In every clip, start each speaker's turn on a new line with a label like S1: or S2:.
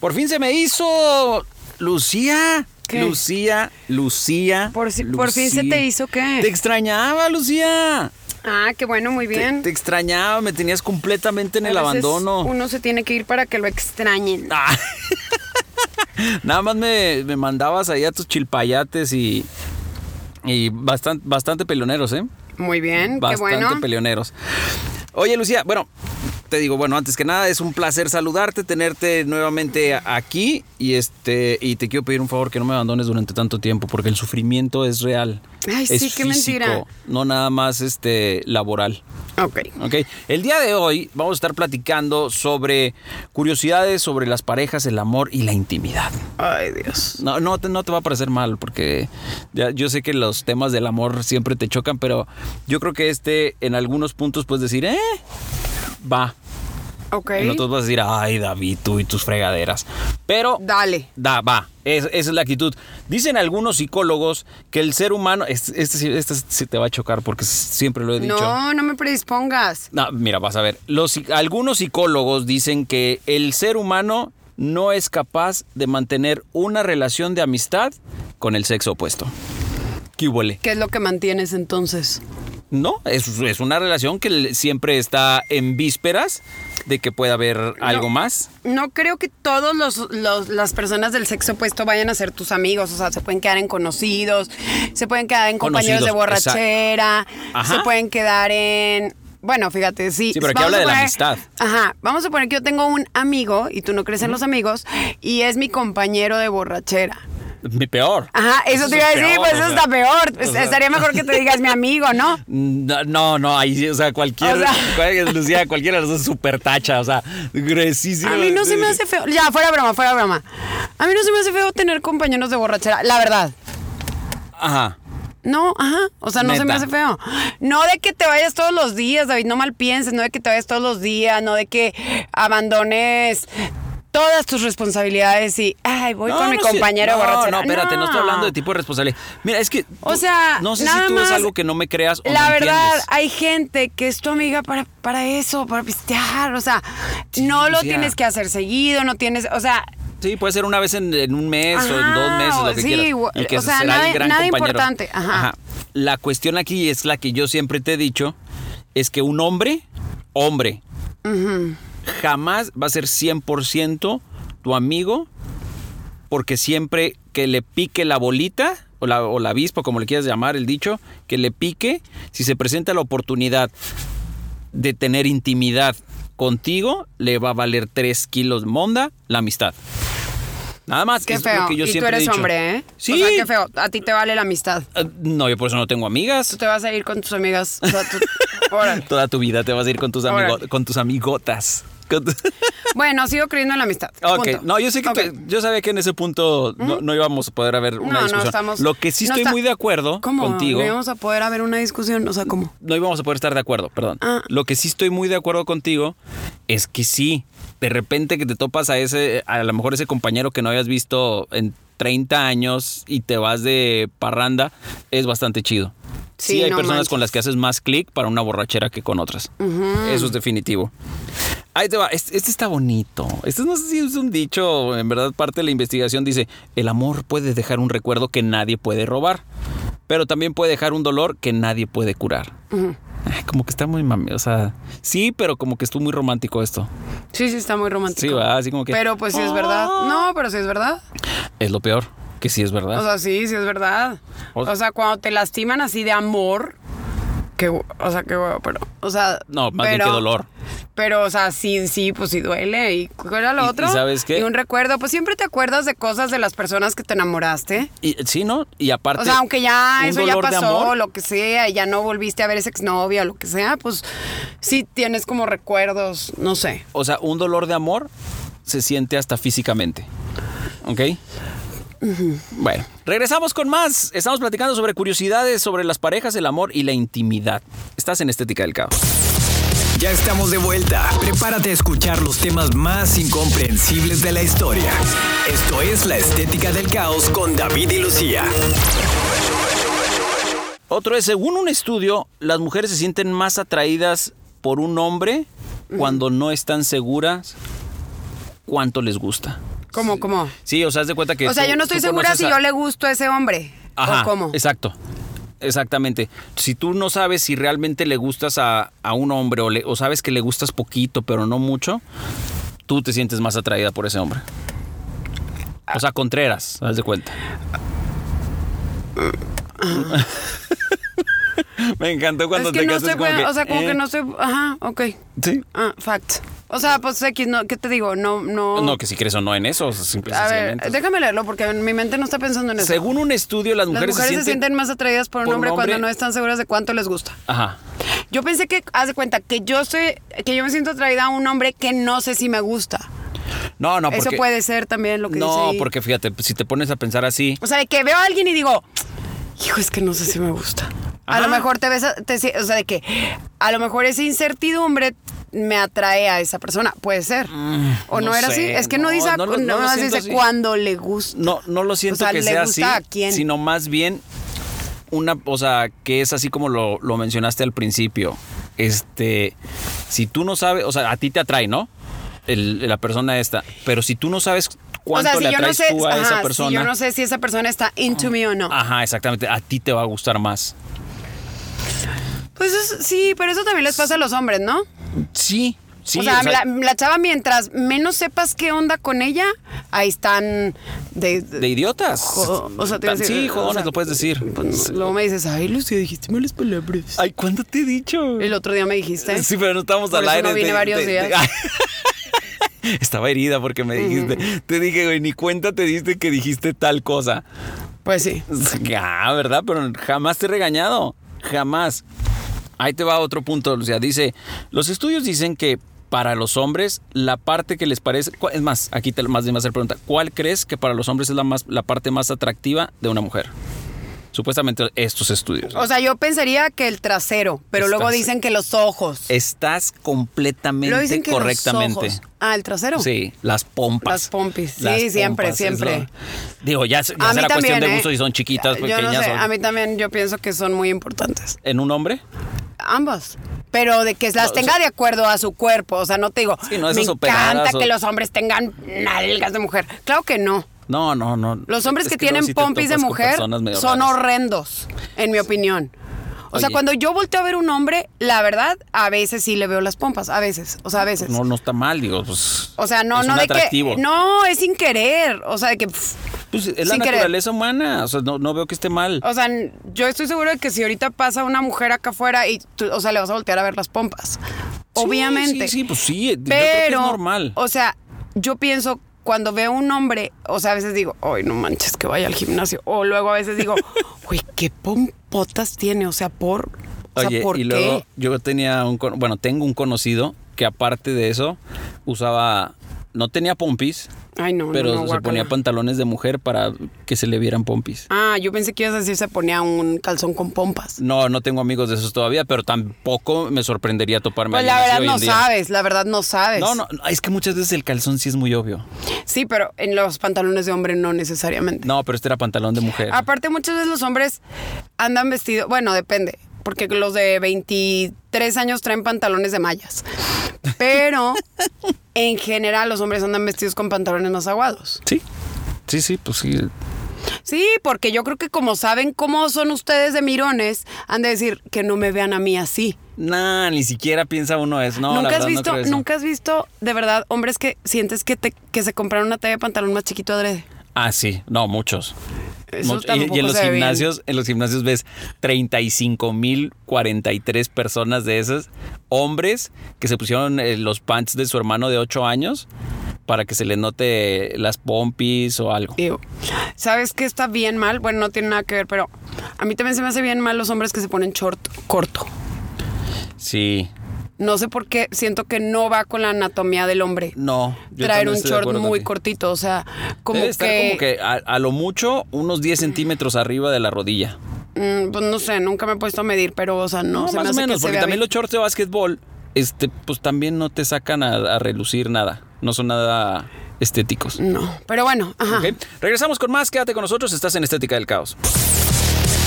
S1: Por fin se me hizo. Lucía.
S2: ¿Qué?
S1: Lucía, Lucía.
S2: Por si- por fin se
S1: Lucía.
S2: te hizo, ¿qué?
S1: Te extrañaba, Lucía.
S2: Ah, qué bueno, muy
S1: Te-
S2: bien.
S1: Te, extrañaba, me tenías completamente en
S2: A
S1: el
S2: veces
S1: abandono.
S2: Uno se tiene que ir para que lo extrañen.
S1: Ah. Nada más me, me mandabas ahí a tus chilpayates y. Y bastante, bastante peloneros, ¿eh?
S2: Muy bien, Mm, qué
S1: bastante
S2: bueno.
S1: peleoneros. Oye, Lucía, bueno, te digo, bueno, antes que nada, es un placer saludarte, tenerte nuevamente a- aquí y este y te quiero pedir un favor que no me abandones durante tanto tiempo porque el sufrimiento es real.
S2: Ay,
S1: es
S2: sí, qué mentira.
S1: físico, No nada más este laboral.
S2: Ok.
S1: Ok, el día de hoy vamos a estar platicando sobre curiosidades sobre las parejas, el amor y la intimidad.
S2: Ay, Dios.
S1: No, no, te, no te va a parecer mal, porque ya, yo sé que los temas del amor siempre te chocan, pero yo creo que este, en algunos puntos puedes decir, eh, va.
S2: Ok.
S1: En otros vas a decir, ay, David, tú y tus fregaderas. Pero,
S2: Dale.
S1: da, va. Es- esa es la actitud. Dicen algunos psicólogos que el ser humano, es- este, sí- este sí te va a chocar, porque siempre lo he dicho.
S2: No, no me predispongas.
S1: No, mira, vas a ver. Los, psi- algunos psicólogos dicen que el ser humano no es capaz de mantener una relación de amistad con el sexo opuesto. ¿Qué huele?
S2: ¿Qué es lo que mantienes entonces?
S1: No, es, es una relación que le- siempre está en vísperas de que pueda haber algo más.
S2: No creo que todas los, los- las personas del sexo opuesto vayan a ser tus amigos. O sea, se pueden quedar en conocidos, se pueden quedar en compañeros de
S1: Conocidos, exacto.
S2: borrachera,
S1: Ajá.
S2: se pueden quedar en. Bueno, fíjate, sí.
S1: Sí, pero aquí
S2: vamos
S1: habla
S2: a
S1: de la amistad.
S2: Ajá. Vamos a poner que yo tengo un amigo y tú no crees en los amigos y es mi compañero de borrachera.
S1: Mi peor.
S2: Ajá, eso, te
S1: es
S2: iba a decir,
S1: peor,
S2: pues
S1: o
S2: eso
S1: sea.
S2: está peor. Pues, Estaría mejor que te digas mi amigo, ¿no?
S1: No, no, no, ahí sí, o sea, cualquier,
S2: O sea.
S1: cual- Lucía, cualquiera de las dos es súper tacha, o sea, gruesísimo.
S2: A mí no se me hace feo. Ya, fuera broma, fuera broma. A mí no se me hace feo tener compañeros de borrachera, la verdad.
S1: Ajá.
S2: No, ajá. O sea, no se me
S1: Neta.
S2: hace feo. No de que te vayas todos los días, David, no mal pienses, no de que te vayas todos los días, no de que abandones todas tus responsabilidades y, ay, voy con mi
S1: sé-
S2: compañero de
S1: no,
S2: borrachera.
S1: No, espérate, no. estoy hablando de tipo de responsabilidad. Mira, es que.
S2: O
S1: tú-
S2: sea,
S1: No sé
S2: nada
S1: si tú es
S2: más-
S1: algo que no me creas o
S2: La
S1: no
S2: verdad, ah,
S1: entiendes.
S2: hay gente que es tu amiga para, para eso, para pistear. O sea, no lo
S1: o sea.
S2: tienes que hacer seguido, no tienes. O sea.
S1: Sí, puede ser una vez en, en un mes o en
S2: Ajá,
S1: dos meses, lo que
S2: sí,
S1: quieras.
S2: gua-
S1: Y que
S2: o
S1: ese
S2: sea,
S1: será el
S2: nada-
S1: gran
S2: nada
S1: compañero.
S2: importante, ajá.
S1: La cuestión aquí es la que yo siempre te he dicho: es que un hombre, hombre, jamás va a ser 100% tu amigo, porque siempre que le pique la bolita o la, o la avispa, como le quieras llamar el dicho, que le pique, si se presenta la oportunidad de tener intimidad contigo, le va a valer 3 kilos monda la amistad. Nada más,
S2: Qué
S1: es
S2: feo.
S1: lo que yo
S2: y tú
S1: siempre he
S2: eres
S1: dicho.
S2: hombre, ¿eh?
S1: Sí.
S2: O sea, qué feo. A ti te vale la amistad.
S1: Eh, No, yo por eso no tengo amigas.
S2: Tú te vas a ir con tus amigas. O sea, tú- Órale.
S1: Toda tu vida te vas a ir con tus, amigo-
S2: Órale.
S1: con tus amigotas. Con tu-
S2: Bueno, sigo creyendo en la amistad.
S1: Ok,
S2: Punto.
S1: no, yo sé que
S2: Ok.
S1: te- yo sabía que en ese punto no, no íbamos a poder haber
S2: No,
S1: una discusión.
S2: no estamos.
S1: Lo que sí
S2: no
S1: estoy
S2: está-
S1: muy de acuerdo
S2: ¿Cómo?
S1: contigo.
S2: No íbamos a poder haber una discusión. O sea, ¿cómo?
S1: no íbamos a poder estar de acuerdo, perdón.
S2: Ah.
S1: Lo que sí estoy muy de acuerdo contigo es que sí, de repente que te topas a ese, a lo mejor ese compañero que no habías visto en 30 años y te vas de parranda, es bastante chido. Sí,
S2: Sí,
S1: hay
S2: no
S1: personas
S2: manches.
S1: con las que haces más clic para una borrachera que con otras. Eso es definitivo. Ahí te va, este, este está bonito. Este no sé si es un dicho, en verdad parte de la investigación dice, el amor puede dejar un recuerdo que nadie puede robar, pero también puede dejar un dolor que nadie puede curar. Ay, como que está muy mami, o sea, sí, pero como que estuvo muy romántico esto.
S2: Sí, sí, está muy romántico.
S1: Sí, va, así como que-
S2: Pero pues sí es verdad.
S1: Ah.
S2: No, pero sí es verdad.
S1: Es lo peor, que sí es verdad.
S2: O sea, sí, sí es verdad.
S1: O-
S2: O, sea, cuando te lastiman así de amor, que, o sea, qué huevo, pero, o sea,
S1: no, más bien
S2: pero-
S1: que dolor.
S2: Pero, o sea, sí, sí, pues sí duele. ¿Y cuál era lo
S1: Y- y
S2: otro?
S1: ¿sabes qué?
S2: Y un recuerdo. Pues siempre te acuerdas de cosas de las personas que te enamoraste.
S1: Y, sí, ¿no? Y aparte.
S2: O sea, aunque ya
S1: un
S2: eso ya
S1: dolor de
S2: pasó,
S1: amor.
S2: lo que sea, y ya no volviste a ver esa exnovia, lo que sea, pues sí tienes como recuerdos, no sé.
S1: O sea, un dolor de amor se siente hasta físicamente. ¿Ok? Bueno, regresamos con más. Estamos platicando sobre curiosidades, sobre las parejas, el amor y la intimidad. Estás en Estética del Caos.
S3: Ya estamos de vuelta. Prepárate a escuchar los temas más incomprensibles de la historia. Esto es La Estética del Caos con David y Lucía.
S1: Otro es, según un estudio, las mujeres se sienten más atraídas por un hombre cuando no están seguras cuánto les gusta.
S2: ¿Cómo, cómo?
S1: Sí, o sea, haz de cuenta que...
S2: O sea,
S1: tú-
S2: yo no estoy
S1: tú
S2: segura
S1: conoces
S2: si
S1: a-
S2: yo le gusto a ese hombre.
S1: Ajá,
S2: ¿O cómo?
S1: Exacto. Exactamente. Si tú no sabes si realmente le gustas a, a un hombre o, le- o sabes que le gustas poquito, pero no mucho, tú te sientes más atraída por ese hombre. O sea, Contreras, haz de cuenta. Me encantó cuando
S2: es que
S1: te
S2: no
S1: casas
S2: estoy,
S1: como
S2: o sea, como
S1: eh,
S2: que no estoy, ajá, ok.
S1: Sí.
S2: Ah, fact. O sea, pues X, no, ¿qué te digo? No, no.
S1: No, que si crees o no en eso, o sea, simple y
S2: a ver,
S1: sencillamente.
S2: déjame leerlo porque mi mente no está pensando en eso.
S1: Según un estudio, las
S2: Las
S1: mujeres,
S2: mujeres se sienten, más atraídas por un
S1: por un
S2: hombre, cuando
S1: hombre-
S2: no están seguras de cuánto les gusta.
S1: Ajá.
S2: Yo pensé que, haz de cuenta, que yo soy, que yo me siento atraída a un hombre que no sé si me gusta.
S1: No, no, Ah, porque...
S2: Eso puede ser también lo que dice
S1: No,
S2: ahí.
S1: porque fíjate, si te pones a pensar así,
S2: O sea, de que veo a alguien y digo, hijo, es que no sé si me gusta. A
S1: Ajá.
S2: lo mejor te ves, a- te si- o sea, de que a lo mejor esa incertidumbre me atrae a esa persona. Puede ser. o
S1: Mm,
S2: no,
S1: no
S2: era
S1: sé,
S2: así. Es que no,
S1: no,
S2: dice,
S1: no
S2: no,
S1: lo- no lo
S2: nomás
S1: siento
S2: dice
S1: así.
S2: cuando le gusta.
S1: no, no lo siento
S2: sea,
S1: que
S2: ¿le
S1: sea así,
S2: gusta a quién?
S1: sino más bien una, o sea, que es así como lo, lo mencionaste al principio. Este, si tú no sabes, o sea, a ti te atrae, ¿no? El- la persona esta, pero si tú no sabes cuánto
S2: o sea, si
S1: le
S2: yo no
S1: atraes
S2: sé,
S1: tú a
S2: ajá,
S1: esa persona, Ah.
S2: si yo no sé si esa persona está into me o no.
S1: ajá, exactamente, a ti te va a gustar más.
S2: Pues eso es- sí, pero eso también les pasa a los hombres, ¿no?
S1: Sí, sí,
S2: o sea,
S1: o sea,
S2: la, la chava mientras menos sepas qué onda con ella, ahí están de,
S1: de idiotas.
S2: Jo- o sea, te iba a
S1: Tan-
S2: decir,
S1: sí,
S2: o
S1: jodones,
S2: sea,
S1: lo puedes decir.
S2: Pues, luego me dices, ay, Lucio, dijiste malas palabras.
S1: Ay, ¿cuánto te he dicho?
S2: El otro día me dijiste.
S1: Sí, pero no estábamos
S2: Por
S1: al
S2: eso
S1: aire.
S2: no vine varios días.
S1: Estaba herida porque me dijiste. Te dije, güey, ni cuenta te diste que dijiste tal cosa.
S2: Pues sí.
S1: Ah, ¿verdad? Pero jamás te he regañado. Jamás. Ahí te va otro punto, Lucía. Dice, los estudios dicen que para los hombres la parte que les parece... ¿cuál- Es más, aquí te más de más hacer pregunta. ¿Cuál crees que para los hombres es la, más, la parte más atractiva de una mujer? Supuestamente estos estudios.
S2: O sea, yo pensaría que el trasero, pero
S1: El
S2: luego
S1: trasero.
S2: dicen que los ojos.
S1: Estás completamente
S2: Luego dicen que los
S1: correctamente.
S2: ojos. Ah, el trasero.
S1: Sí, las pompas.
S2: Las pompis. Sí,
S1: Las
S2: siempre,
S1: pompas, es
S2: siempre.
S1: lo- digo, ya, se- ya será cuestión de
S2: ¿eh?
S1: gusto si son chiquitas,
S2: Yo
S1: pequeñas.
S2: no sé,
S1: o-
S2: a mí también yo pienso que son muy importantes.
S1: ¿En un hombre?
S2: Ambas. Pero de que las
S1: o
S2: tenga de acuerdo a su cuerpo. O sea, no te digo,
S1: Sí, no,
S2: me
S1: esas
S2: encanta
S1: operadas o-
S2: que los hombres tengan nalgas de mujer. Claro que no.
S1: No, no, no.
S2: Los hombres
S1: Es
S2: que,
S1: luego
S2: tienen
S1: sí te
S2: pompis de
S1: topas con
S2: mujer
S1: personas medio
S2: son
S1: raras.
S2: horrendos, en mi opinión. O sea,
S1: Oye.
S2: cuando yo volteo a ver un hombre, la verdad, a veces sí le veo las pompas, a veces, o sea, a veces.
S1: Pues No, no está mal, digo, pues.
S2: o sea, no,
S1: es
S2: no
S1: un
S2: de
S1: atractivo.
S2: que no es sin querer, o sea, de que pff,
S1: Pues es la
S2: sin querer.
S1: naturaleza humana. O sea, no, no veo que esté mal.
S2: o sea, n- yo estoy seguro de que si ahorita pasa una mujer acá afuera y tú- o sea, le vas a voltear a ver las pompas. Obviamente.
S1: Sí, sí, pues sí. yo creo que
S2: Pero
S1: es normal.
S2: O sea, yo pienso cuando veo un hombre, o sea, a veces digo, ay, no manches, que vaya al gimnasio. O luego a veces digo, uy, qué pompotas tiene. O sea, por. O sea,
S1: Oye,
S2: ¿por
S1: y
S2: qué?
S1: luego yo tenía un, con- bueno, tengo un conocido que aparte de eso usaba, no tenía pompis,
S2: Ay, no, no,
S1: pero
S2: no,
S1: se
S2: guácala.
S1: ponía pantalones de mujer para que se le vieran pompis.
S2: Ah, yo pensé que ibas a decir se ponía un calzón con pompas.
S1: No, no tengo amigos de esos todavía, pero tampoco me sorprendería toparme a
S2: Pues la
S1: alguien así hoy
S2: verdad
S1: en
S2: no
S1: día.
S2: sabes, la verdad no sabes.
S1: No, no, no, es que muchas veces el calzón sí es muy obvio.
S2: Sí, pero en los pantalones de hombre no necesariamente.
S1: No, pero este era pantalón de mujer.
S2: Aparte, muchas veces los hombres andan vestidos. Bueno, depende. Porque los de 23 años traen pantalones de mallas. Pero en general los hombres andan vestidos con pantalones más aguados.
S1: Sí. Sí, sí, pues sí.
S2: Sí, porque yo creo que como saben cómo son ustedes de mirones, han de decir que no me vean a mí así.
S1: Nah, ni siquiera piensa uno eso. No, la
S2: nunca has
S1: verdad, no
S2: visto,
S1: creo eso.
S2: nunca has visto de verdad hombres que sientes que te que se compraron una talla de pantalón más chiquito adrede.
S1: Ah, sí. No, muchos.
S2: Eso
S1: y,
S2: tampoco
S1: y en los
S2: se ve bien.
S1: gimnasios, en los gimnasios ves 35 mil 43 personas de esas, hombres que se pusieron eh, los pants de su hermano de 8 años para que se le note las pompis o algo.
S2: Ew. ¿Sabes qué está bien mal? Bueno, no tiene nada que ver, pero a mí también se me hace bien mal los hombres que se ponen short corto.
S1: Sí.
S2: No sé por qué, siento que no va con la anatomía del hombre.
S1: No. yo
S2: Traer
S1: también
S2: un
S1: estoy de
S2: short
S1: acuerdo
S2: muy
S1: contigo.
S2: cortito, o sea, como
S1: Debe
S2: que,
S1: estar como que a, a lo mucho unos 10 centímetros arriba de la rodilla.
S2: mm, pues no sé, nunca me he puesto a medir, pero o sea, no,
S1: No,
S2: se me
S1: más o
S2: hace que
S1: menos,
S2: se
S1: porque
S2: vea
S1: también
S2: bien.
S1: los shorts de básquetbol, este, pues también no te sacan a, a relucir nada. No son nada estéticos.
S2: No, pero bueno, ajá.
S1: Ok, Regresamos con más, quédate con nosotros, estás en Estética del Caos.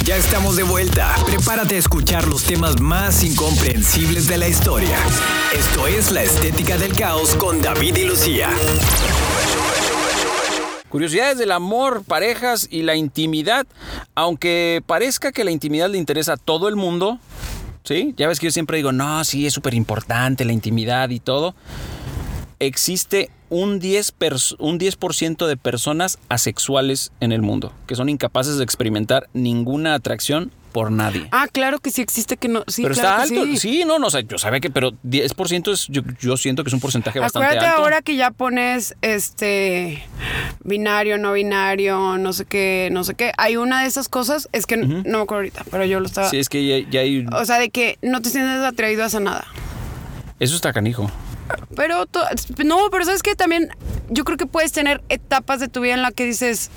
S3: Ya estamos de vuelta. Prepárate a escuchar los temas más incomprensibles de la historia. Esto es La Estética del Caos con David y Lucía.
S1: Curiosidades del amor, parejas y la intimidad. Aunque parezca que la intimidad le interesa a todo el mundo, ¿sí? Ya ves que yo siempre digo, no, sí, es súper importante la intimidad y todo. Existe un 10%, pers- un 10 de personas asexuales en el mundo, que son incapaces de experimentar ninguna atracción por nadie.
S2: Ah, claro que sí existe que no, sí,
S1: pero
S2: claro
S1: está
S2: que
S1: alto.
S2: sí.
S1: Sí, no, no, o sea, yo sabía que, pero 10% es, yo, yo siento que es un porcentaje bastante
S2: Acuérdate
S1: alto.
S2: ahora que ya pones este binario, no binario, no sé qué, no sé qué. Hay una de esas cosas, es que n- no me acuerdo ahorita, pero yo lo estaba.
S1: Sí, es que ya, ya hay.
S2: O sea, de que no te sientes atraído hacia nada.
S1: Eso está canijo.
S2: Pero to- no, pero sabes que también yo creo que puedes tener etapas de tu vida en la que dices,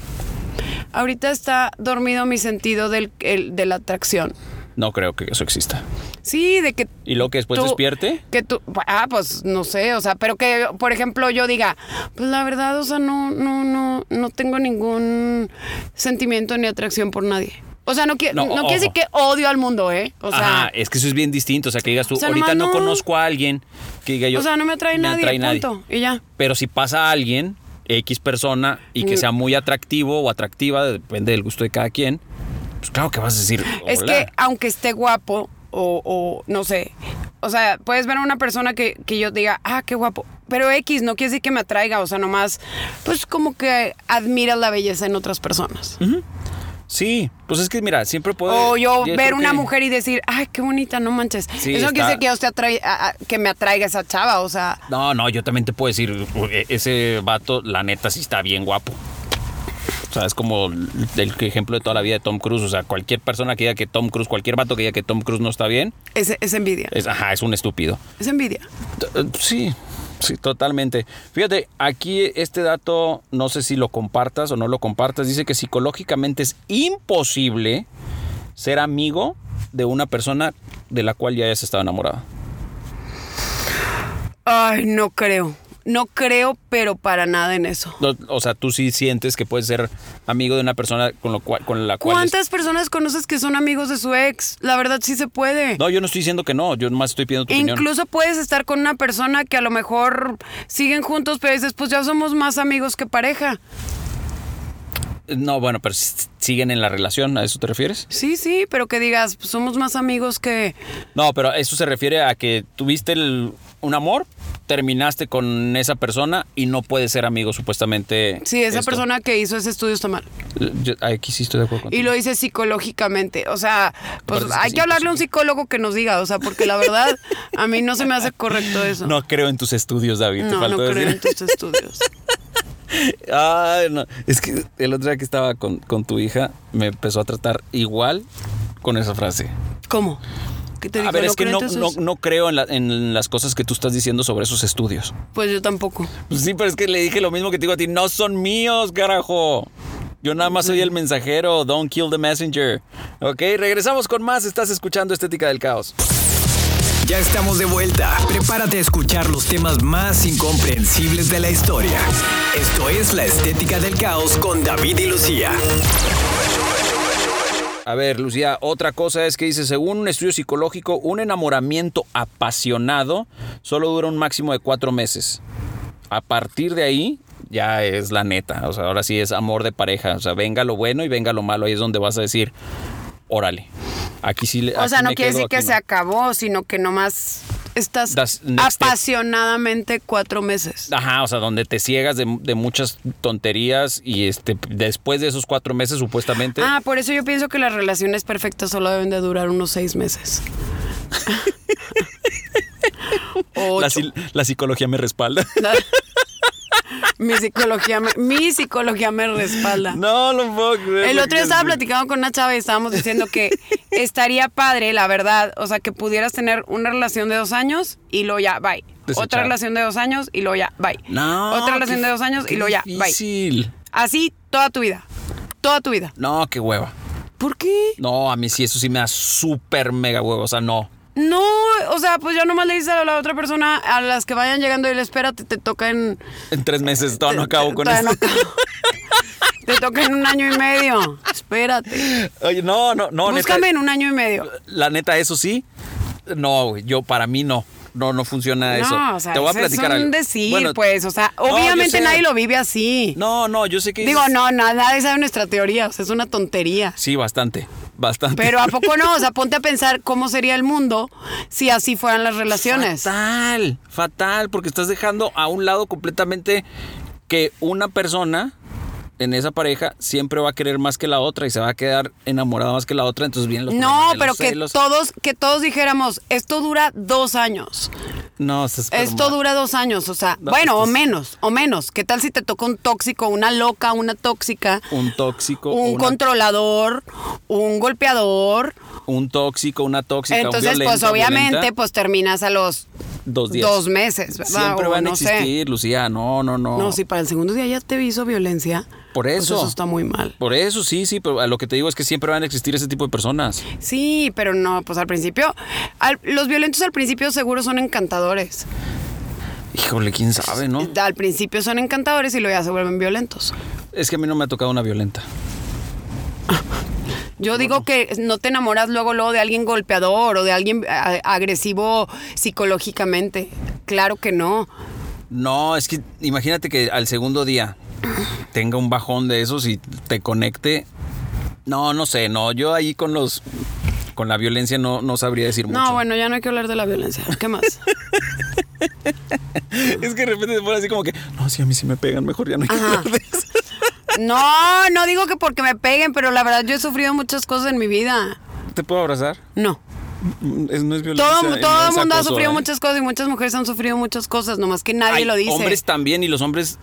S2: ahorita está dormido mi sentido del, el- de la atracción.
S1: No creo que eso exista.
S2: Sí, de que
S1: Y luego que después
S2: tú-
S1: despierte.
S2: Que tú, ah, pues no sé, o sea, pero que, por ejemplo, yo diga, pues la verdad, o sea, no, no, no, no tengo ningún sentimiento ni atracción por nadie. O sea, no, quiere-
S1: No,
S2: no, quiere decir
S1: ojo.
S2: que odio al mundo, ¿eh? O sea,
S1: Ajá, es que eso es bien distinto. O sea, que digas tú,
S2: O sea,
S1: ahorita
S2: nomás
S1: no,
S2: no.
S1: conozco a alguien que diga yo.
S2: o sea, no me atrae nadie,
S1: atrae
S2: punto. Y ya.
S1: Pero si pasa a alguien, X persona, y
S2: Mm.
S1: que sea muy atractivo o atractiva, depende del gusto de cada quien, pues claro que vas a decir.
S2: Es
S1: "Hola".
S2: que aunque esté guapo o, o no sé, o sea, puedes ver a una persona que, que yo diga, ah, qué guapo, pero X no quiere decir que me atraiga, o sea, nomás, pues como que admiras la belleza en otras personas.
S1: Sí, pues es que mira, siempre puede.
S2: O yo
S1: creo
S2: ver una
S1: que-
S2: mujer y decir, ay, qué bonita, no manches.
S1: Sí,
S2: Eso no
S1: está-
S2: quiere decir que, yo esté atrai- a- a- que me atraiga esa chava, o sea,
S1: No, no, yo también te puedo decir, e- ese vato, la neta, sí está bien guapo. O sea, es como el el ejemplo de toda la vida de Tom Cruise. O sea, cualquier persona que diga que Tom Cruise, cualquier vato que diga que Tom Cruise no está bien,
S2: es, es envidia.
S1: es, ajá, es un estúpido.
S2: Es envidia.
S1: T- eh, Sí, sí, totalmente. Fíjate, aquí este dato, no sé si lo compartas o no lo compartas, dice que psicológicamente es imposible ser amigo de una persona de la cual ya hayas estado enamorada.
S2: Ay, no creo. No creo, pero para nada en eso.
S1: No, O sea, tú sí sientes que puedes ser amigo de una persona con, lo cual, con la cual...
S2: ¿Cuántas personas conoces que son amigos de su ex? La verdad sí se puede.
S1: No, yo no estoy diciendo que no, yo nomás estoy pidiendo tu opinión.
S2: Incluso puedes estar con una persona que a lo mejor siguen juntos, pero dices, pues ya somos más amigos que pareja.
S1: No, bueno, pero s- siguen en la relación, ¿a eso te refieres?
S2: Sí, sí, pero que digas, pues, somos más amigos que...
S1: No, pero eso se refiere a que tuviste el- un amor, terminaste con esa persona y no puedes ser amigo supuestamente.
S2: Sí, esa
S1: esto.
S2: persona que hizo ese estudio está mal.
S1: Yo- ah, aquí sí estoy de acuerdo
S2: Y
S1: contigo.
S2: lo dice psicológicamente. O sea, pues
S1: parece que
S2: hay
S1: es
S2: que hablarle a un
S1: imposible.
S2: psicólogo que nos diga, o sea, porque la verdad a mí no se me hace correcto eso.
S1: No creo en tus estudios, David. te
S2: no, no
S1: faltó
S2: creo en
S1: decir.
S2: tus estudios.
S1: Ay, no. Es que el otro día que estaba con, con tu hija me empezó a tratar igual con esa frase.
S2: ¿Cómo? ¿Qué te
S1: a
S2: digo?
S1: ver, es que
S2: creo
S1: no,
S2: en tus
S1: no,
S2: estudios?
S1: no creo en, la- en las cosas que tú estás diciendo sobre esos estudios.
S2: Pues yo tampoco.
S1: Sí, pero es que le dije lo mismo que te digo a ti. No son míos, carajo. Yo nada más soy el mensajero. Don't kill the messenger. Ok, regresamos con más. Estás escuchando Estética del Caos.
S3: Ya estamos de vuelta. Prepárate a escuchar los temas más incomprensibles de la historia. Esto es La Estética del Caos con David y Lucía.
S1: A ver, Lucía, otra cosa es que dice, según un estudio psicológico, un enamoramiento apasionado solo dura un máximo de cuatro meses. A partir de ahí, ya es la neta. O sea, ahora sí es amor de pareja. O sea, venga lo bueno y venga lo malo. Ahí es donde vas a decir, órale. Aquí sí le...
S2: O sea,
S1: aquí
S2: no
S1: Ah, me
S2: quiere
S1: quedo,
S2: decir que
S1: aquí
S2: se
S1: no".
S2: acabó, sino que nomás estás
S1: Das next step.
S2: apasionadamente cuatro meses.
S1: Ajá, o sea, donde te ciegas de, de muchas tonterías y este después de esos cuatro meses supuestamente.
S2: Ah, por eso yo pienso que las relaciones perfectas solo deben de durar unos seis meses.
S1: la,
S2: Ocho.
S1: sil- la psicología me respalda.
S2: mi psicología me, mi psicología me respalda.
S1: No lo puedo creer.
S2: El
S1: lo
S2: otro
S1: que
S2: día estaba
S1: es-
S2: platicando con una chava y estábamos diciendo que estaría padre, la verdad, o sea, que pudieras tener una relación de dos años y luego ya, bye.
S1: Desechar.
S2: Otra relación de dos años y luego ya, bye.
S1: No.
S2: Otra relación
S1: qué-
S2: de dos años y
S1: qué
S2: luego ya, bye.
S1: difícil.
S2: Así toda tu vida. Toda tu vida.
S1: No, qué hueva.
S2: ¿Por qué?
S1: No, a mí sí, eso sí me da súper mega hueva. O sea, no.
S2: No, o sea, pues ya nomás le dices a la otra persona, a las que vayan llegando y le espera, te, te toca en...
S1: En tres meses todavía no acabo con eso.
S2: todavía no acabo. te toca en un año y medio. Espérate.
S1: Oye, no, no, no. neta.
S2: Búscame en un año y medio.
S1: La neta, eso sí. No, güey, yo para mí no. No, no funciona Ah, eso.
S2: No, o sea,
S1: Te voy a
S2: ese
S1: platicar
S2: es un
S1: algo.
S2: decir,
S1: Bueno,
S2: pues, o sea,
S1: no, yo
S2: obviamente
S1: sé.
S2: nadie lo vive así.
S1: No, no, yo sé que.
S2: Digo, no, na- nadie sabe nuestra teoría, o sea, es una tontería.
S1: Sí, bastante. Bastante.
S2: Pero ¿a poco no? O sea, ponte a pensar cómo sería el mundo si así fueran las relaciones.
S1: Fatal, fatal, porque estás dejando a un lado completamente que una persona en esa pareja siempre va a querer más que la otra y se va a quedar enamorada más que la otra, entonces vienen los
S2: No,
S1: problemas de
S2: pero
S1: los
S2: que
S1: celos.
S2: todos, que todos dijéramos, esto dura dos años.
S1: No, estás pero
S2: Esto
S1: mal.
S2: dura dos años, o sea,
S1: No, pues,
S2: bueno, o
S1: estás-
S2: menos, o menos. ¿Qué tal si te toca un tóxico, una loca, una tóxica?
S1: un tóxico,
S2: un
S1: una-
S2: controlador, un golpeador.
S1: un tóxico, una tóxica, un
S2: Entonces, pues
S1: violento,
S2: obviamente,
S1: violenta,
S2: pues terminas a los
S1: dos días.
S2: dos meses, ¿verdad?
S1: Siempre
S2: O
S1: van a
S2: no sé.
S1: existir, Lucía. No, no, no.
S2: No, si para el segundo día ya te hizo violencia.
S1: Por
S2: pues
S1: eso.
S2: eso está muy mal.
S1: Por eso sí, sí, pero a lo que te digo es que siempre van a existir ese tipo de personas.
S2: Sí, pero no, pues al principio. al- los violentos al principio seguro son encantadores.
S1: Híjole, quién sabe, ¿no?
S2: Al principio son encantadores y luego ya se vuelven violentos.
S1: Es que a mí no me ha tocado una violenta.
S2: Yo digo que no te enamoras luego, luego de alguien golpeador o de alguien eh, a- agresivo psicológicamente. Claro que no.
S1: No, es que imagínate que al segundo día tenga un bajón de esos y te conecte. No, no sé, no. Yo ahí con los. Con la violencia no, no sabría decir mucho.
S2: No, bueno, ya no hay que hablar de la violencia. ¿Qué más?
S1: Es que de repente se pone así como que. No, sí, a mí sí me pegan, mejor ya no hay que hablar de eso".
S2: No, no digo que porque me peguen, pero la verdad yo he sufrido muchas cosas en mi vida.
S1: ¿Te puedo abrazar?
S2: No.
S1: Es- no es violencia.
S2: Todo,
S1: no
S2: todo el
S1: es
S2: mundo ha
S1: acoso,
S2: sufrido
S1: ¿eh?
S2: muchas cosas y muchas mujeres han sufrido muchas cosas, nomás que nadie
S1: Hay
S2: lo dice.
S1: Hombres también y los hombres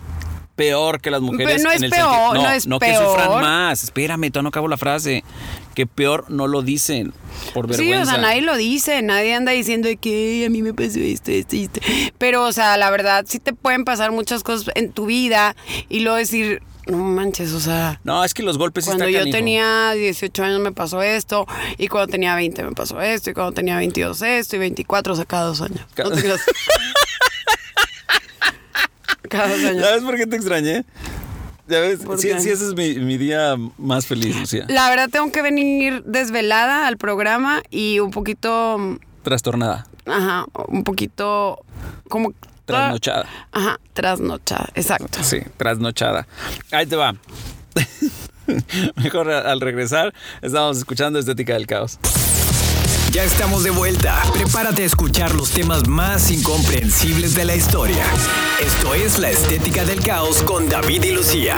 S1: peor que las mujeres.
S2: Pero no
S1: en
S2: es
S1: el
S2: peor,
S1: sentido-
S2: no es
S1: que
S2: peor.
S1: sufran más. Espérame, todavía no acabo la frase. Que peor no lo dicen por
S2: Sí, o
S1: vergüenza.
S2: sea, nadie lo dice, nadie anda diciendo de que "Ay, a mí me pasó esto, esto, esto. Pero, o sea, la verdad, sí te pueden pasar muchas cosas en tu vida y luego decir, no manches, o sea,
S1: No, es que los golpes sí
S2: cuando
S1: están
S2: yo
S1: canijo.
S2: tenía 18 años me pasó esto, y cuando tenía 20 me pasó esto, y cuando tenía 22 esto, y 24, o sea, cada dos años.
S1: Ca-
S2: No te creas. cada dos años.
S1: ¿Sabes por qué te extrañé? Ya ves,
S2: ¿Por
S1: sí,
S2: qué?
S1: sí, ese es mi, mi día más feliz, Lucía.
S2: La verdad tengo que venir desvelada al programa y un poquito, mm,
S1: Trastornada,
S2: ajá, un poquito como...
S1: trasnochada.
S2: Ajá, trasnochada, exacto.
S1: Sí, trasnochada. Ahí te va. Mejor a- al regresar, estamos escuchando Estética del Caos.
S3: Ya estamos de vuelta. Prepárate a escuchar los temas más incomprensibles de la historia. Esto es La Estética del Caos con David y Lucía.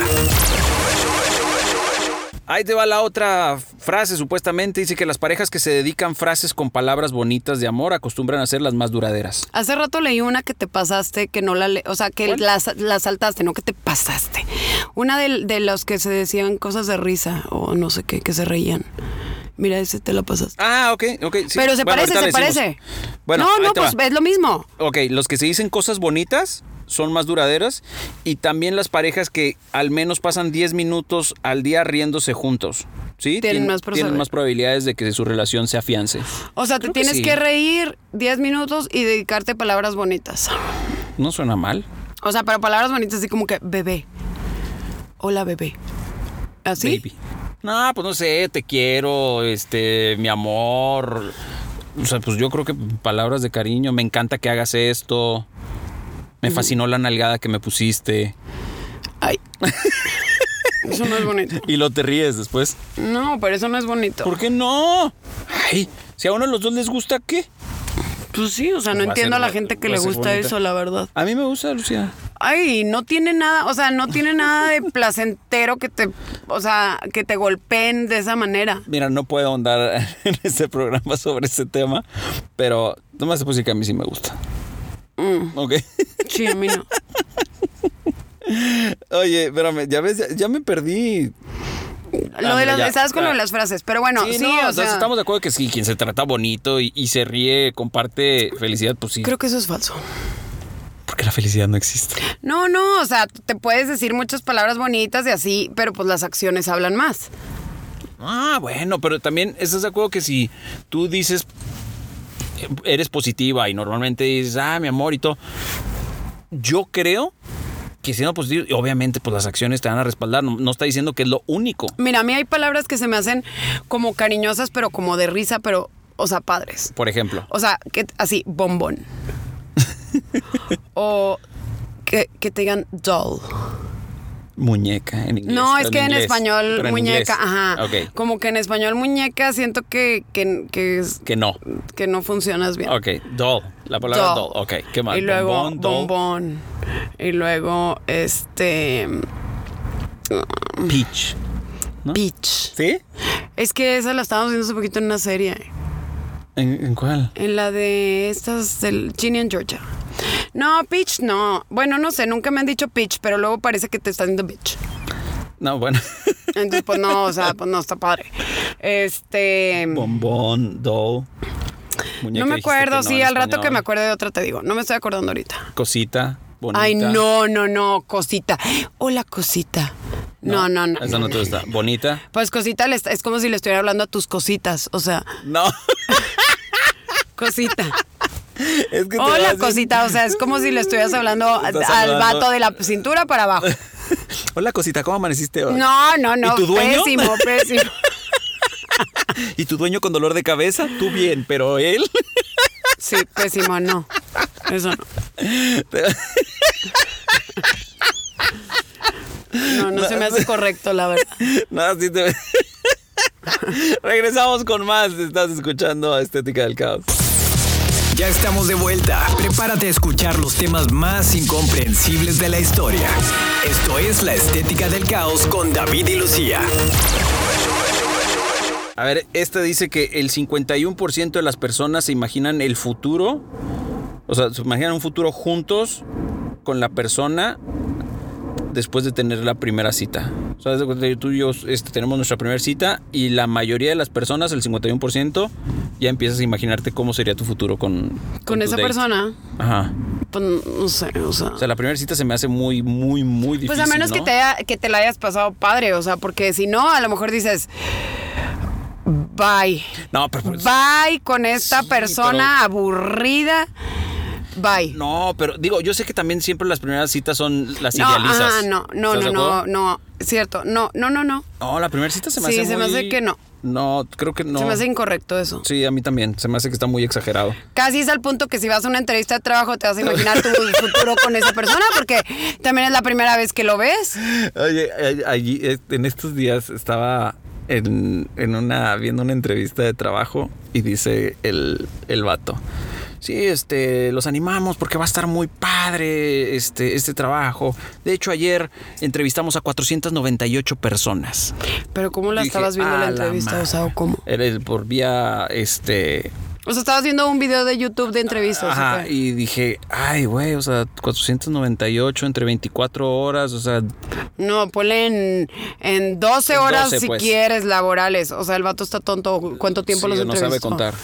S1: Ahí te va la otra frase, supuestamente dice que las parejas que se dedican frases con palabras bonitas de amor acostumbran a ser las más duraderas.
S2: Hace rato leí una que te pasaste, que no la le, o sea, que la, sa- la saltaste, no que te pasaste. Una de, de los que se decían cosas de risa o no sé qué, que se reían. Mira, ese te la pasaste.
S1: Ah, ok, ok. sí.
S2: Pero
S1: Bueno,
S2: se parece,
S1: ahorita
S2: se
S1: le decimos.
S2: parece.
S1: Bueno,
S2: no,
S1: ahí
S2: no,
S1: te
S2: pues
S1: va.
S2: es lo mismo.
S1: Ok, los que se dicen cosas bonitas son más duraderas y también las parejas que al menos pasan 10 minutos al día riéndose juntos. ¿Sí?
S2: Tienen
S1: Tien-
S2: más
S1: tienen
S2: probabil-
S1: más probabilidades de que su relación se afiance.
S2: O sea,
S1: Creo
S2: te
S1: que
S2: tienes
S1: sí.
S2: que, reír 10 minutos y dedicarte a palabras bonitas.
S1: No suena mal.
S2: O sea, pero palabras bonitas así como que bebé. Hola, bebé. ¿Así?
S1: Baby. No, pues no sé, te quiero, este, mi amor. O sea, pues yo creo que palabras de cariño, me encanta que hagas esto. Me fascinó la nalgada que me pusiste.
S2: Ay. Eso no es bonito.
S1: Y lo te ríes después.
S2: No, pero eso no es bonito.
S1: ¿Por qué no? Ay, si a uno de los dos les gusta, ¿qué?
S2: Pues sí, o sea, no
S4: Pues va a
S2: entiendo a
S4: ser
S2: la
S4: bo-
S2: gente que
S4: va a
S2: le
S4: ser
S2: gusta
S4: bonita.
S2: eso, la verdad.
S1: A mí me gusta, Lucía.
S2: Ay, no tiene nada, o sea, no tiene nada de placentero que te, o sea, que te golpeen de esa manera.
S1: Mira, no puedo ahondar en este programa sobre este tema, pero nomás te puse que a mí sí me gusta.
S2: Mm.
S1: Ok.
S2: Sí, a mí no.
S1: Oye, espérame, ya ves, ya, ya me perdí.
S2: Lo
S1: mira,
S2: de las,
S1: ya,
S2: estabas con
S1: ya.
S2: lo de las frases, pero bueno, sí,
S1: no,
S2: o
S1: o sea,
S2: sea,
S1: estamos de acuerdo que sí, quien se trata bonito y, y se ríe, comparte felicidad, pues sí.
S2: creo que eso es falso.
S1: Porque la felicidad no existe.
S2: No, no, o sea, te puedes decir muchas palabras bonitas y así, pero pues las acciones hablan más.
S1: Ah, bueno, pero también estás de acuerdo que si tú dices eh, eres positiva y normalmente dices, ah, mi amor y todo. Yo creo que siendo positivo, y obviamente, pues las acciones te van a respaldar. No, no está diciendo que es lo único.
S2: Mira, a mí hay palabras que se me hacen como cariñosas, pero como de risa, pero, o sea, padres.
S1: Por ejemplo,
S2: O sea, que así, bombón. o que, que te digan doll.
S1: muñeca en inglés.
S2: No,
S1: pero
S2: es que en,
S1: inglés,
S2: español
S1: pero en inglés.
S2: muñeca, ajá.
S1: Ok,
S2: Como que en español muñeca siento que, que, que, es-
S1: que no.
S2: que no funcionas bien.
S1: Ok, doll. La palabra doll. Ok, qué mal.
S2: Y luego
S1: Bombón,
S2: bombón,
S1: doll,
S2: Y luego este
S1: peach. ¿no?
S2: peach.
S1: ¿Sí?
S2: Es que esa la estábamos viendo hace poquito en una serie.
S1: ¿En, en cuál?
S2: En la de estas del Ginny and Georgia. No, Peach no. Bueno, no sé, nunca me han dicho Peach, pero luego parece que te están diciendo Peach.
S1: No, bueno.
S2: Entonces, pues no, o sea, pues no, está padre. Este.
S1: Bombón, doll.
S2: No
S1: muñeca,
S2: me
S1: dijiste
S2: acuerdo,
S1: no
S2: sí,
S1: en
S2: al rato que
S1: español.
S2: me acuerde de otra te digo. No me estoy acordando ahorita.
S1: Cosita, bonita.
S2: Ay, no, no, no, cosita. Hola, cosita. No, no, no.
S1: Esa no te gusta. Bonita.
S2: Pues cosita le está- es como si le estuviera hablando a tus cositas, o sea,
S1: No.
S2: cosita.
S1: Es que te voy a
S2: Hola
S1: decir-
S2: cosita, o sea, es como si le estuvieras hablando a-
S1: Estás
S2: al
S1: hablando-
S2: vato de la cintura para abajo.
S1: Hola, cosita, ¿cómo amaneciste hoy?
S2: No, no, no,
S1: ¿Y tu dueño?
S2: pésimo, pésimo.
S1: ¿Y tu dueño con dolor de cabeza? Tú bien, pero él.
S2: Sí, pésimo, no. Eso no. No, no se me hace correcto, la verdad.
S1: No, así te. Regresamos con más. Estás escuchando a Estética del Caos.
S3: Ya estamos de vuelta. Prepárate a escuchar los temas más incomprensibles de la historia. Esto es La Estética del Caos con David y Lucía.
S1: A ver, esta dice que el 51% de las personas se imaginan el futuro. O sea, se imaginan un futuro juntos con la persona después de tener la primera cita. O sea, haz de cuenta que tú y yo este, tenemos nuestra primera cita y la mayoría de las personas, el 51%, ya empiezas a imaginarte cómo sería tu futuro con...
S2: Con
S1: tu
S2: esa
S1: date.
S2: persona,
S1: Ajá.
S2: pues no sé, o sea.
S1: O sea, la primera cita se me hace muy, muy, muy difícil.
S2: Pues a menos que,
S1: ¿no?
S2: te haya- que te la hayas pasado padre, o sea, porque si no, a lo mejor dices, bye.
S1: No, pero... pues-
S2: Bye con esta
S1: Sí,
S2: persona aburrida. Bye.
S1: No, pero digo, yo sé que también siempre las primeras citas son las
S2: No,
S1: idealizas.
S2: ajá, no,
S1: ¿Estás
S2: no, no,
S1: de
S2: no,
S1: acuerdo?
S2: no, cierto, no, no, no, no.
S1: No, la primera cita se me
S2: Sí,
S1: hace
S2: se me
S1: muy-
S2: hace que no.
S1: No, creo que no.
S2: Se me hace incorrecto eso.
S1: Sí, a mí también. Se me hace que está muy exagerado.
S2: Casi es al punto que si vas a una entrevista de trabajo te vas a imaginar tu futuro con esa persona porque también es la primera vez que lo ves.
S1: Oye, eh, allí, eh, en estos días estaba en, en una, viendo una entrevista de trabajo y dice el, el vato. Sí, este, los animamos porque va a estar muy padre este, este trabajo. De hecho, ayer entrevistamos a 498 personas.
S2: Pero ¿cómo la
S1: Dije,
S2: estabas viendo
S1: "A
S2: la entrevista?
S1: madre".
S2: o sea, ¿o ¿cómo?
S1: Era el- por vía, este...
S2: O sea, estabas viendo un video de YouTube de entrevistas. ¿o
S1: Ajá,
S2: qué?
S1: y dije, ay, güey, o sea, 498 entre 24 horas, o sea,
S2: No, ponle en, en 12 horas
S1: 12,
S2: si
S1: pues.
S2: quieres laborales. O sea, el vato está tonto. ¿Cuánto tiempo
S1: sí,
S2: los
S1: no sabe
S2: entrevistó?
S1: contar.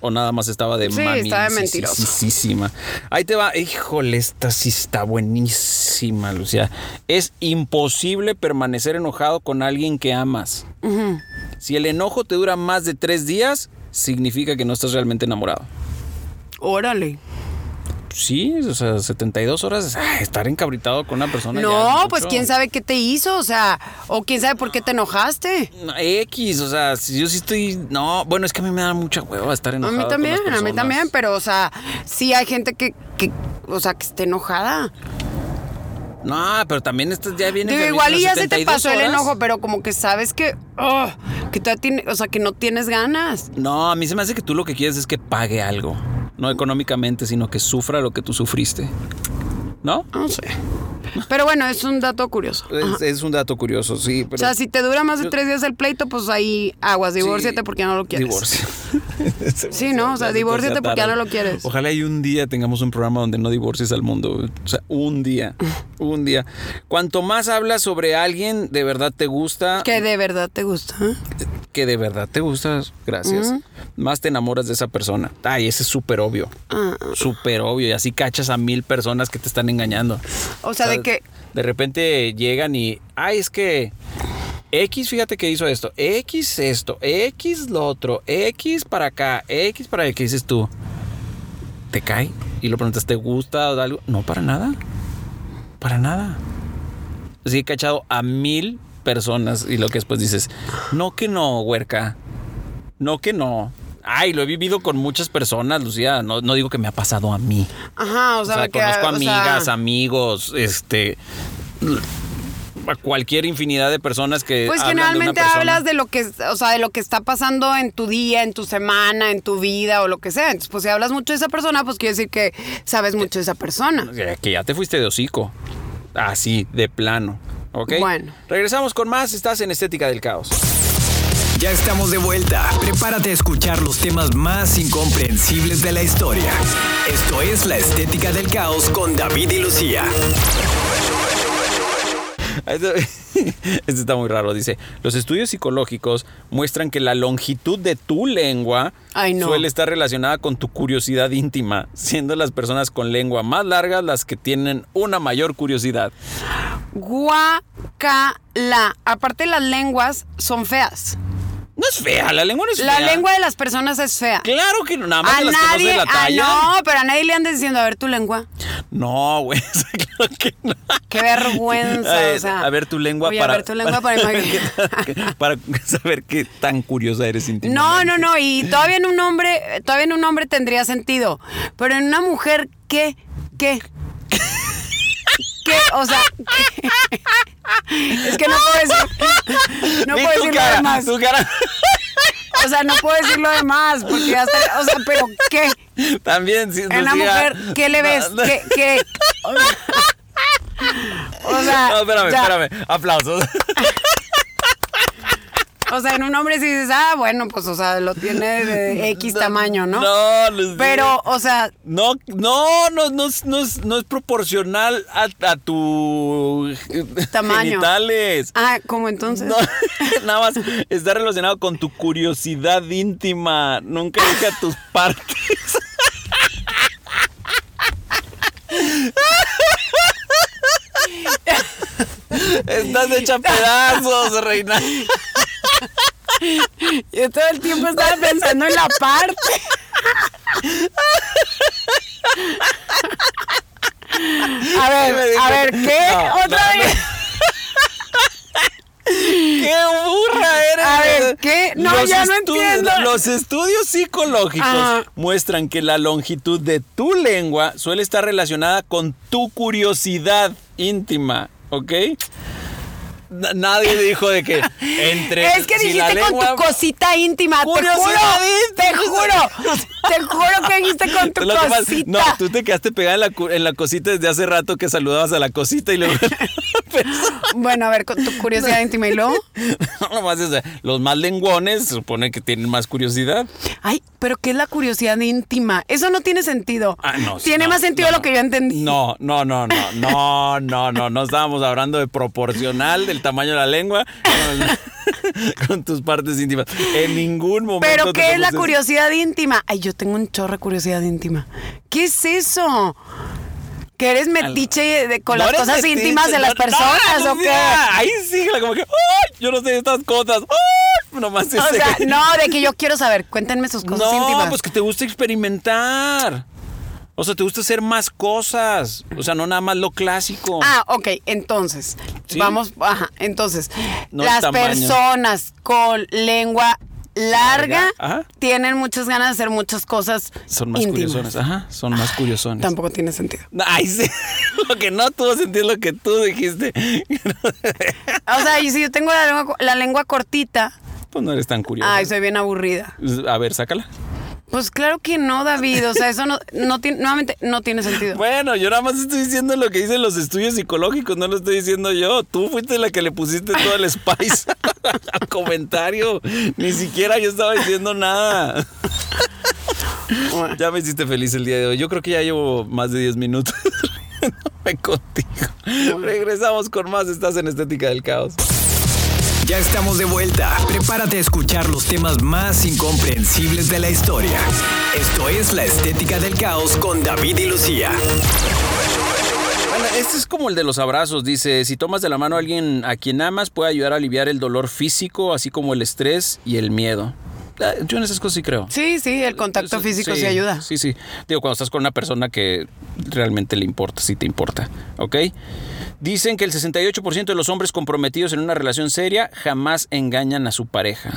S1: O nada más estaba de
S2: Sí,
S1: mami,
S2: estaba de
S1: sí, sí,
S2: mentiroso.
S1: sí, sí, sí, ma. Ahí te va, híjole, esta sí está buenísima, Lucía. Es imposible permanecer enojado con alguien que amas. Si el enojo te dura más de tres días, significa que no estás realmente enamorado.
S2: Órale.
S1: Sí, o sea, 72 horas, ay, estar encabritado con una persona. ya es
S2: No,
S1: mucho.
S2: pues quién sabe qué te hizo, o sea, o quién sabe por qué te enojaste.
S1: No, X, o sea, si yo sí estoy. No, bueno, es que a mí me da mucha hueva estar
S2: A
S1: enojado.
S2: mí
S1: con
S2: también,
S1: las
S2: a mí
S1: personas.
S2: también, pero o sea, sí hay gente que, que o sea, que esté enojada.
S1: No, pero también estas ya vienen.
S2: Digo,
S1: felices
S2: igual
S1: las
S2: y ya se te
S1: 72
S2: pasó el
S1: horas.
S2: enojo, pero como que sabes que, oh, que todavía tiene- o sea, que no tienes ganas.
S1: No, a mí se me hace que tú lo que quieres es que pague algo. No económicamente, sino que sufra lo que tú sufriste. ¿No?
S2: No sé. Pero bueno, es un dato curioso.
S1: Es, es un dato curioso, sí. Pero
S2: o sea, si te dura más de tres días el pleito, pues ahí aguas,
S1: Sí.
S2: divórciate porque ya no lo quieres.
S1: Divorcio.
S2: Sí, ¿no? O sea,
S1: Ya
S2: divórciate porque ya no
S1: tarde.
S2: lo quieres.
S1: Ojalá y un día tengamos un programa donde no divorcies al mundo. güey. O sea, un día. Un día. Cuanto más hablas sobre alguien, de verdad te gusta.
S2: Que de verdad te gusta. ¿eh?
S1: que de verdad te gustas, gracias, más te enamoras de esa persona. Ay, ese es súper obvio.
S2: Ah.
S1: Súper obvio. Y así cachas a mil personas que te están engañando.
S2: O sea, de que
S1: De repente llegan y, ay, es que X, fíjate que hizo esto, X esto, X lo otro, X para acá, X para allá. ¿Qué dices tú? ¿Te cae? Y lo preguntas, ¿te gusta o algo? No, para nada. Para nada. Así he cachado a mil personas y lo que después dices, no que no, huerca. No que no. Ay, lo he vivido con muchas personas, Lucía. No, no digo que me ha pasado a mí.
S2: Ajá, o
S1: O
S2: sea,
S1: sea,
S2: que,
S1: conozco
S2: o sea,
S1: amigas, amigos, este a cualquier infinidad de personas que
S2: Pues
S1: eh, hablan de una
S2: generalmente
S1: persona.
S2: hablas de lo que, o sea, de lo que está pasando en tu día, en tu semana, en tu vida o lo que sea. Entonces, pues si hablas mucho de esa persona, pues quiere decir que sabes mucho de esa persona.
S1: Eh, que ya te fuiste de hocico. Así de plano, ¿ok?
S2: Bueno.
S1: Regresamos con más, estás en Estética del Caos.
S3: Ya estamos de vuelta. Prepárate a escuchar los temas más incomprensibles de la historia. Esto es La Estética del Caos con David y Lucía.
S1: Esto, esto está muy raro. Dice, los estudios psicológicos muestran que la longitud de tu lengua
S2: Ay, no.
S1: suele estar relacionada con tu curiosidad íntima, siendo las personas con lengua más larga las que tienen una mayor curiosidad.
S2: Guacala. Aparte, las lenguas son feas.
S1: No es fea, la lengua no es
S2: La
S1: fea.
S2: lengua de las personas es fea.
S1: Claro que no, nada más
S2: A
S1: de las que
S2: nadie,
S1: no se la
S2: ah,
S1: tallan.
S2: no, pero a nadie le andes diciendo, a ver tu lengua.
S1: No, güey, o sea, claro que no.
S2: Qué vergüenza.
S1: A ver,
S2: o sea.
S1: a ver tu lengua
S2: Oye,
S1: para.
S2: A ver tu lengua para,
S1: para, para saber qué tan curiosa eres
S2: No,
S1: íntimamente.
S2: no, no. Y todavía en un hombre, todavía en un hombre tendría sentido. Pero en una mujer, ¿qué? ¿Qué? ¿Qué? O sea, ¿qué? es que no puedo decir. No
S1: Ve
S2: puedo
S1: tu
S2: decir lo
S1: cara,
S2: demás.
S1: Tu cara.
S2: O sea, no puedo decir lo demás. Porque ya está. O sea, pero ¿qué?
S1: También, si
S2: En una
S1: Lucía-
S2: mujer, ¿qué le ves?
S1: No, no.
S2: ¿Qué? ¿Qué? O sea,
S1: No, espérame,
S2: Ah, ya.
S1: espérame. Aplausos.
S2: O sea, en un hombre sí dices, ah, bueno, pues, o sea, lo tiene de X tamaño, ¿no?
S1: No, Lucía.
S2: Pero, o sea,
S1: No, no, no, no, es- no es, no es proporcional a, a tu
S2: Tamaño.
S1: genitales.
S2: ah, como entonces.
S1: No, nada más está relacionado con tu curiosidad íntima. Nunca dije a tus partes. Estás hecha pedazos, reina.
S2: Yo todo el tiempo estaba pensando en la parte. A
S1: Me
S2: ver,
S1: di
S2: a
S1: cuenta.
S2: ver, ¿qué?
S1: No,
S2: Otra
S1: no,
S2: vez.
S1: ¡Qué burra eres!
S2: A ver, ¿qué? No, ya no
S1: estu-
S2: entiendo. Ah.
S1: Los estudios psicológicos
S2: Ajá.
S1: muestran que la longitud de tu lengua suele estar relacionada con tu curiosidad íntima, ¿ok? Na- Nadie dijo de que entre...
S2: Es que
S1: si la
S2: dijiste
S1: lengua-
S2: con tu cosita íntima, te juro,
S1: Curiosidad
S2: te
S1: íntima.
S2: juro, te juro que dijiste con tu
S1: Lo que pasa-
S2: cosita.
S1: no, tú te quedaste pegada en la, cu- en la cosita desde hace rato que saludabas a la cosita y luego...
S2: Bueno, a ver, con tu curiosidad íntima y luego.
S1: Nomás es, los más lenguones se supone que tienen más curiosidad.
S2: Ay, pero ¿qué es la curiosidad íntima? Eso no tiene sentido.
S1: Ah, no, sí,
S2: tiene
S1: no,
S2: más sentido
S1: no,
S2: lo que yo entendí.
S1: No, no, no, no, no, no, no, no estábamos hablando de proporcional del tamaño de la lengua con, con tus partes íntimas. En ningún momento.
S2: Pero
S1: te
S2: ¿qué es la
S1: propuse-
S2: curiosidad íntima? Ay, yo tengo un chorro de curiosidad íntima. ¿Qué es eso? ¿Que eres metiche de- con
S1: No
S2: las
S1: eres
S2: cosas
S1: metiche,
S2: íntimas de
S1: no-
S2: las personas
S1: no,
S2: o qué?
S1: Lucía, Ahí sí, como que, ¡ay! Yo no sé estas cosas. ¡ay! Nomás ese-
S2: O sea, no, de que yo quiero saber. Cuéntenme sus cosas
S1: No,
S2: íntimas.
S1: pues que te gusta experimentar. O sea, te gusta hacer más cosas. O sea, no nada más lo clásico.
S2: Ah, ok, entonces,
S1: Oh. Sí.
S2: vamos, ajá, entonces,
S1: No el
S2: las
S1: tamaño.
S2: personas con lengua larga
S1: Larga, ajá.
S2: tienen muchas ganas de hacer muchas cosas
S1: son más
S2: íntimas. Ah,
S1: curiosones. Ajá, son más curiosones.
S2: Tampoco tiene sentido.
S1: Ay, sí. Lo que no tuvo sentido es lo que tú dijiste.
S2: O sea, y si yo tengo la lengua, la lengua cortita,
S1: Pues no eres tan curioso.
S2: ay, soy bien aburrida.
S1: A ver, sácala.
S2: Pues claro que no, David. O sea, eso no, no tiene, nuevamente, no tiene sentido.
S1: Bueno, yo nada más estoy diciendo lo que dicen los estudios psicológicos, no lo estoy diciendo yo. Tú fuiste la que le pusiste todo el spice al comentario. Ni siquiera yo estaba diciendo nada. ya me hiciste feliz el día de hoy. Yo creo que ya llevo más de 10 minutos riéndome contigo. Regresamos con más. Estás en Estética del Caos.
S3: Ya estamos de vuelta. Prepárate a escuchar los temas más incomprensibles de la historia. Esto es La Estética del Caos con David y Lucía.
S1: Bueno, este es como el de los abrazos. Dice, si tomas de la mano a alguien a quien amas, puede ayudar a aliviar el dolor físico, así como el estrés y el miedo. Ah, Yo en esas cosas sí creo.
S2: Sí, sí, el contacto
S1: Sí,
S2: físico sí, ayuda.
S1: Sí, sí. Digo, cuando estás con una persona que realmente le importa, sí te importa, ¿ok? Dicen que el 68% de los hombres comprometidos en una relación seria jamás engañan a su pareja.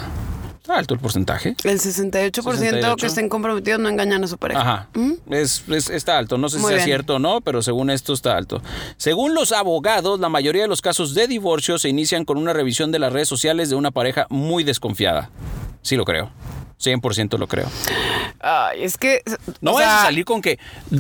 S1: Está alto el porcentaje.
S2: El 68%,
S1: 68.
S2: que estén comprometidos no engañan a su pareja.
S1: Ajá. Es, es- está alto. No sé si
S2: Mm. Muy
S1: sea
S2: bien.
S1: cierto o no, pero según esto está alto. Según los abogados, la mayoría de los casos de divorcio se inician con una revisión de las redes sociales de una pareja muy desconfiada. Sí lo creo. 100% lo creo.
S2: Ay, es que.
S1: No
S2: o
S1: vayas
S2: sea,
S1: a salir con que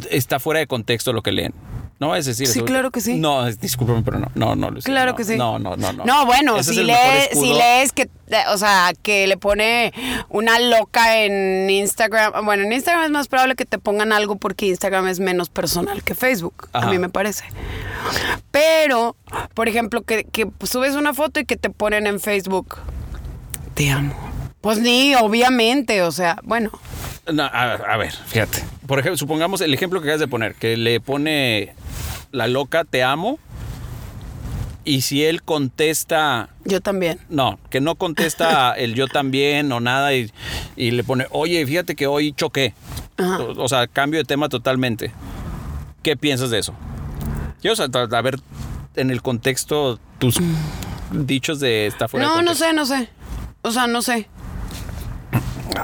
S1: está fuera de contexto lo que leen. No vayas a decir
S2: Sí,
S1: eso.
S2: claro que sí.
S1: No, es- discúlpame, pero no. No, no, Lucía,
S2: Claro
S1: no,
S2: que sí.
S1: No, no, no. No,
S2: No, bueno,
S1: Ese es
S2: si,
S1: el mejor
S2: lees-
S1: escudo.
S2: si lees que, eh, o sea, que le pone una loca en Instagram. Bueno, en Instagram es más probable que te pongan algo porque Instagram es menos personal que Facebook,
S1: Ajá.
S2: a mí me parece. Pero, por ejemplo, que, que subes una foto y que te ponen en Facebook, te amo. Pues ni, obviamente, o sea, bueno,
S1: No, a, ver, a ver, fíjate. Por ejemplo, supongamos el ejemplo que acabas de poner, que le pone la loca, te amo. Y si él contesta,
S2: yo también.
S1: no, que no contesta el yo también o nada y, y le pone, oye, fíjate que hoy choqué. O, o sea, cambio de tema totalmente. ¿Qué piensas de eso? Yo, o sea, tra- a ver, en el contexto, tus dichos de esta fuera de
S2: Mm. No, no
S1: contexto.
S2: sé, no sé. O sea, no sé.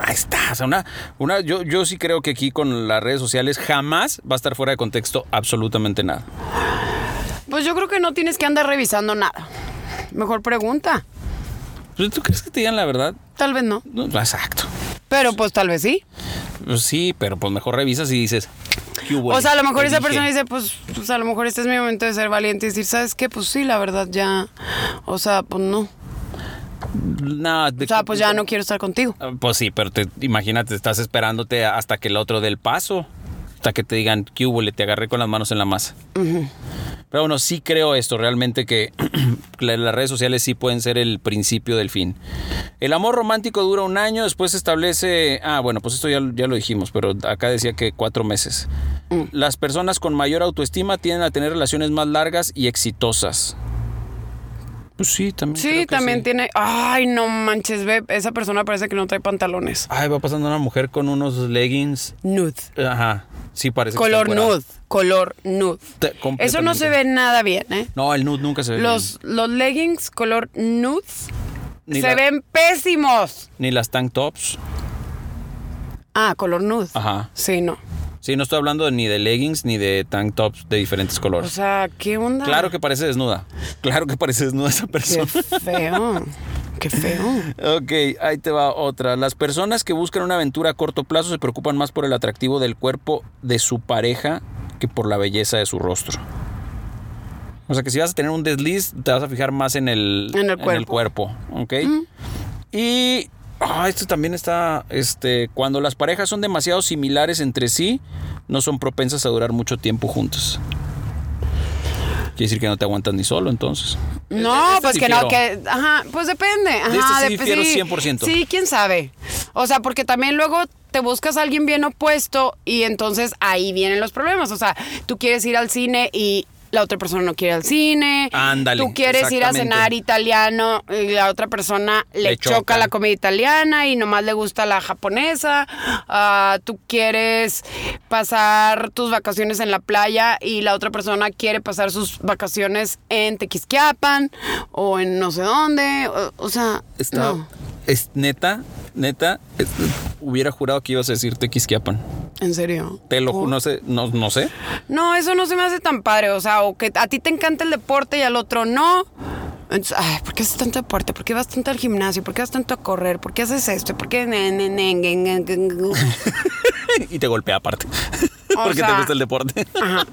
S1: Ahí está. O sea, una, una, yo, yo sí creo que aquí con las redes sociales jamás va a estar fuera de contexto absolutamente nada.
S2: Pues yo creo que no tienes que andar revisando nada. Mejor pregunta.
S1: Pues, ¿Tú crees que te digan la verdad?
S2: Tal vez no.
S1: No, no, exacto.
S2: Pero pues tal vez sí.
S1: Pues sí, pero pues mejor revisas y dices. ¿qué hubo?
S2: o sea, a lo mejor
S1: Te
S2: esa
S1: dije.
S2: persona dice, pues, pues, a lo mejor este es mi momento de ser valiente y decir, ¿sabes qué? Pues sí, la verdad ya. O sea, pues no.
S1: No, de-
S2: O sea, pues ya no quiero estar contigo.
S1: Ah, Pues sí, pero te, imagínate, estás esperándote hasta que el otro dé el paso. Hasta que te digan, ¿qué hubo? Le te agarré con las manos en la masa. Pero bueno, sí creo esto, realmente que la- las redes sociales sí pueden ser el principio del fin. El amor romántico dura un año, después se establece... Ah, bueno, pues esto ya, ya lo dijimos, pero acá decía que cuatro meses.
S2: Mm.
S1: Las personas con mayor autoestima tienden a tener relaciones más largas y exitosas. Pues sí, también. creo
S2: Sí,
S1: que
S2: también
S1: sí.
S2: tiene. Ay, no manches, ve. Esa persona parece que no trae pantalones.
S1: Ay, va pasando una mujer con unos leggings
S2: Nude.
S1: Ajá. Sí, parece. que
S2: Color
S1: está encuerada.
S2: nude. Color nude.
S1: Te-
S2: Eso no
S1: completamente.
S2: se ve nada bien, ¿eh?
S1: No, el nude nunca se ve.
S2: Los, los leggings color nude
S1: Ni
S2: se
S1: la-
S2: ven pésimos.
S1: bien. Ni las tank tops.
S2: Ah, color nude.
S1: Ajá.
S2: Sí, no.
S1: Sí, no estoy hablando ni de leggings ni de tank tops de diferentes
S2: O
S1: colores.
S2: sea, ¿qué onda?
S1: claro que parece desnuda. Claro que parece desnuda esa
S2: Qué
S1: persona.
S2: feo. Qué
S1: Eh,
S2: feo.
S1: Ok, ahí te va otra. Las personas que buscan una aventura a corto plazo se preocupan más por el atractivo del cuerpo de su pareja que por la belleza de su rostro. O sea que si vas a tener un desliz, te vas a fijar más en el,
S2: En el cuerpo.
S1: cuerpo, ¿ok? Y ah, esto también está, este, cuando las parejas son demasiado similares entre sí, no son propensas a durar mucho tiempo juntos. Quiere decir que no te aguantas ni solo, entonces.
S2: No,
S1: Este
S2: pues
S1: sí
S2: que no,
S1: quiero.
S2: que, ajá, pues depende.
S1: De
S2: Ajá,
S1: este sí
S2: dep-
S1: difiero 100%.
S2: Sí, quién sabe. O sea, porque también luego te buscas a alguien bien opuesto y entonces ahí vienen los problemas. O sea, tú quieres ir al cine y la otra persona no quiere ir al cine.
S1: Ándale,
S2: Tú quieres ir a
S1: exactamente.
S2: cenar italiano y la otra persona le,
S1: Le
S2: choca.
S1: choca.
S2: la comida italiana y nomás le gusta la japonesa. Ah, tú quieres pasar tus vacaciones en la playa y la otra persona quiere pasar sus vacaciones en Tequisquiapan o en no sé dónde. O, o sea,
S1: Está.
S2: no,
S1: Es neta, neta, es- hubiera jurado que ibas a decirte Quisquiapan.
S2: en serio.
S1: Te lo
S2: Oh.
S1: juro, no sé, no, no sé.
S2: No, eso no se me hace tan padre. O sea, o que a ti te encanta el deporte y al otro no. Entonces, ay, ¿por qué haces tanto deporte? ¿Por qué vas tanto al gimnasio? ¿Por qué vas tanto a correr? ¿Por qué haces esto? ¿Por qué...? ne, ne, ne, ne, ne, ne, ne?
S1: y te golpea aparte.
S2: O
S1: porque te
S2: sea-
S1: gusta el deporte.
S2: Ajá.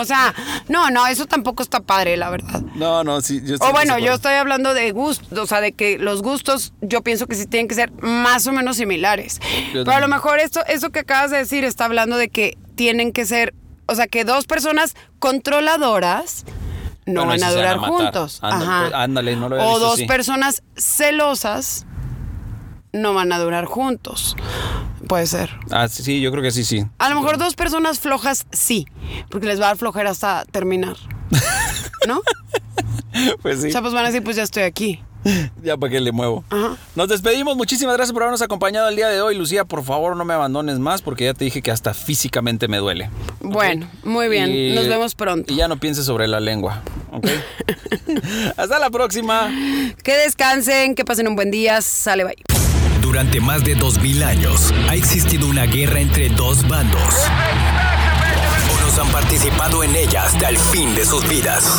S2: O sea, no, no, eso tampoco está padre, la verdad.
S1: No, no, sí. Yo estoy
S2: O bueno, yo
S1: desacuerdo.
S2: estoy hablando de gustos, o sea, de que los gustos yo pienso que sí tienen que ser más o menos similares. Pero a lo
S1: también.
S2: mejor esto, eso que acabas de decir está hablando de que tienen que ser, o sea, que dos personas controladoras no
S1: Bueno, ahí
S2: van
S1: sí
S2: a
S1: se van a
S2: durar
S1: matar.
S2: juntos.
S1: Ándale,
S2: Ajá.
S1: pues, ándale, no lo había
S2: O
S1: visto
S2: dos
S1: así.
S2: personas celosas no van a durar juntos. Puede ser.
S1: Ah, sí, sí, yo creo que sí, sí.
S2: A lo mejor dos personas flojas sí, porque les va a dar flojera hasta terminar. ¿No?
S1: Pues sí.
S2: O sea, pues van a decir, pues ya estoy aquí.
S1: Ya para que le muevo.
S2: Ajá.
S1: Nos despedimos. Muchísimas gracias por habernos acompañado el día de hoy. Lucía, por favor, no me abandones más porque ya te dije que hasta físicamente me duele.
S2: Bueno, muy bien.
S1: Y-
S2: Nos vemos pronto.
S1: Y ya no pienses sobre la lengua. ¿ok? hasta la próxima.
S2: Que descansen, que pasen un buen día. Sale, bye.
S3: Durante más de 2000 años ha existido una guerra entre dos bandos. Unos han participado en ella hasta el fin de sus vidas.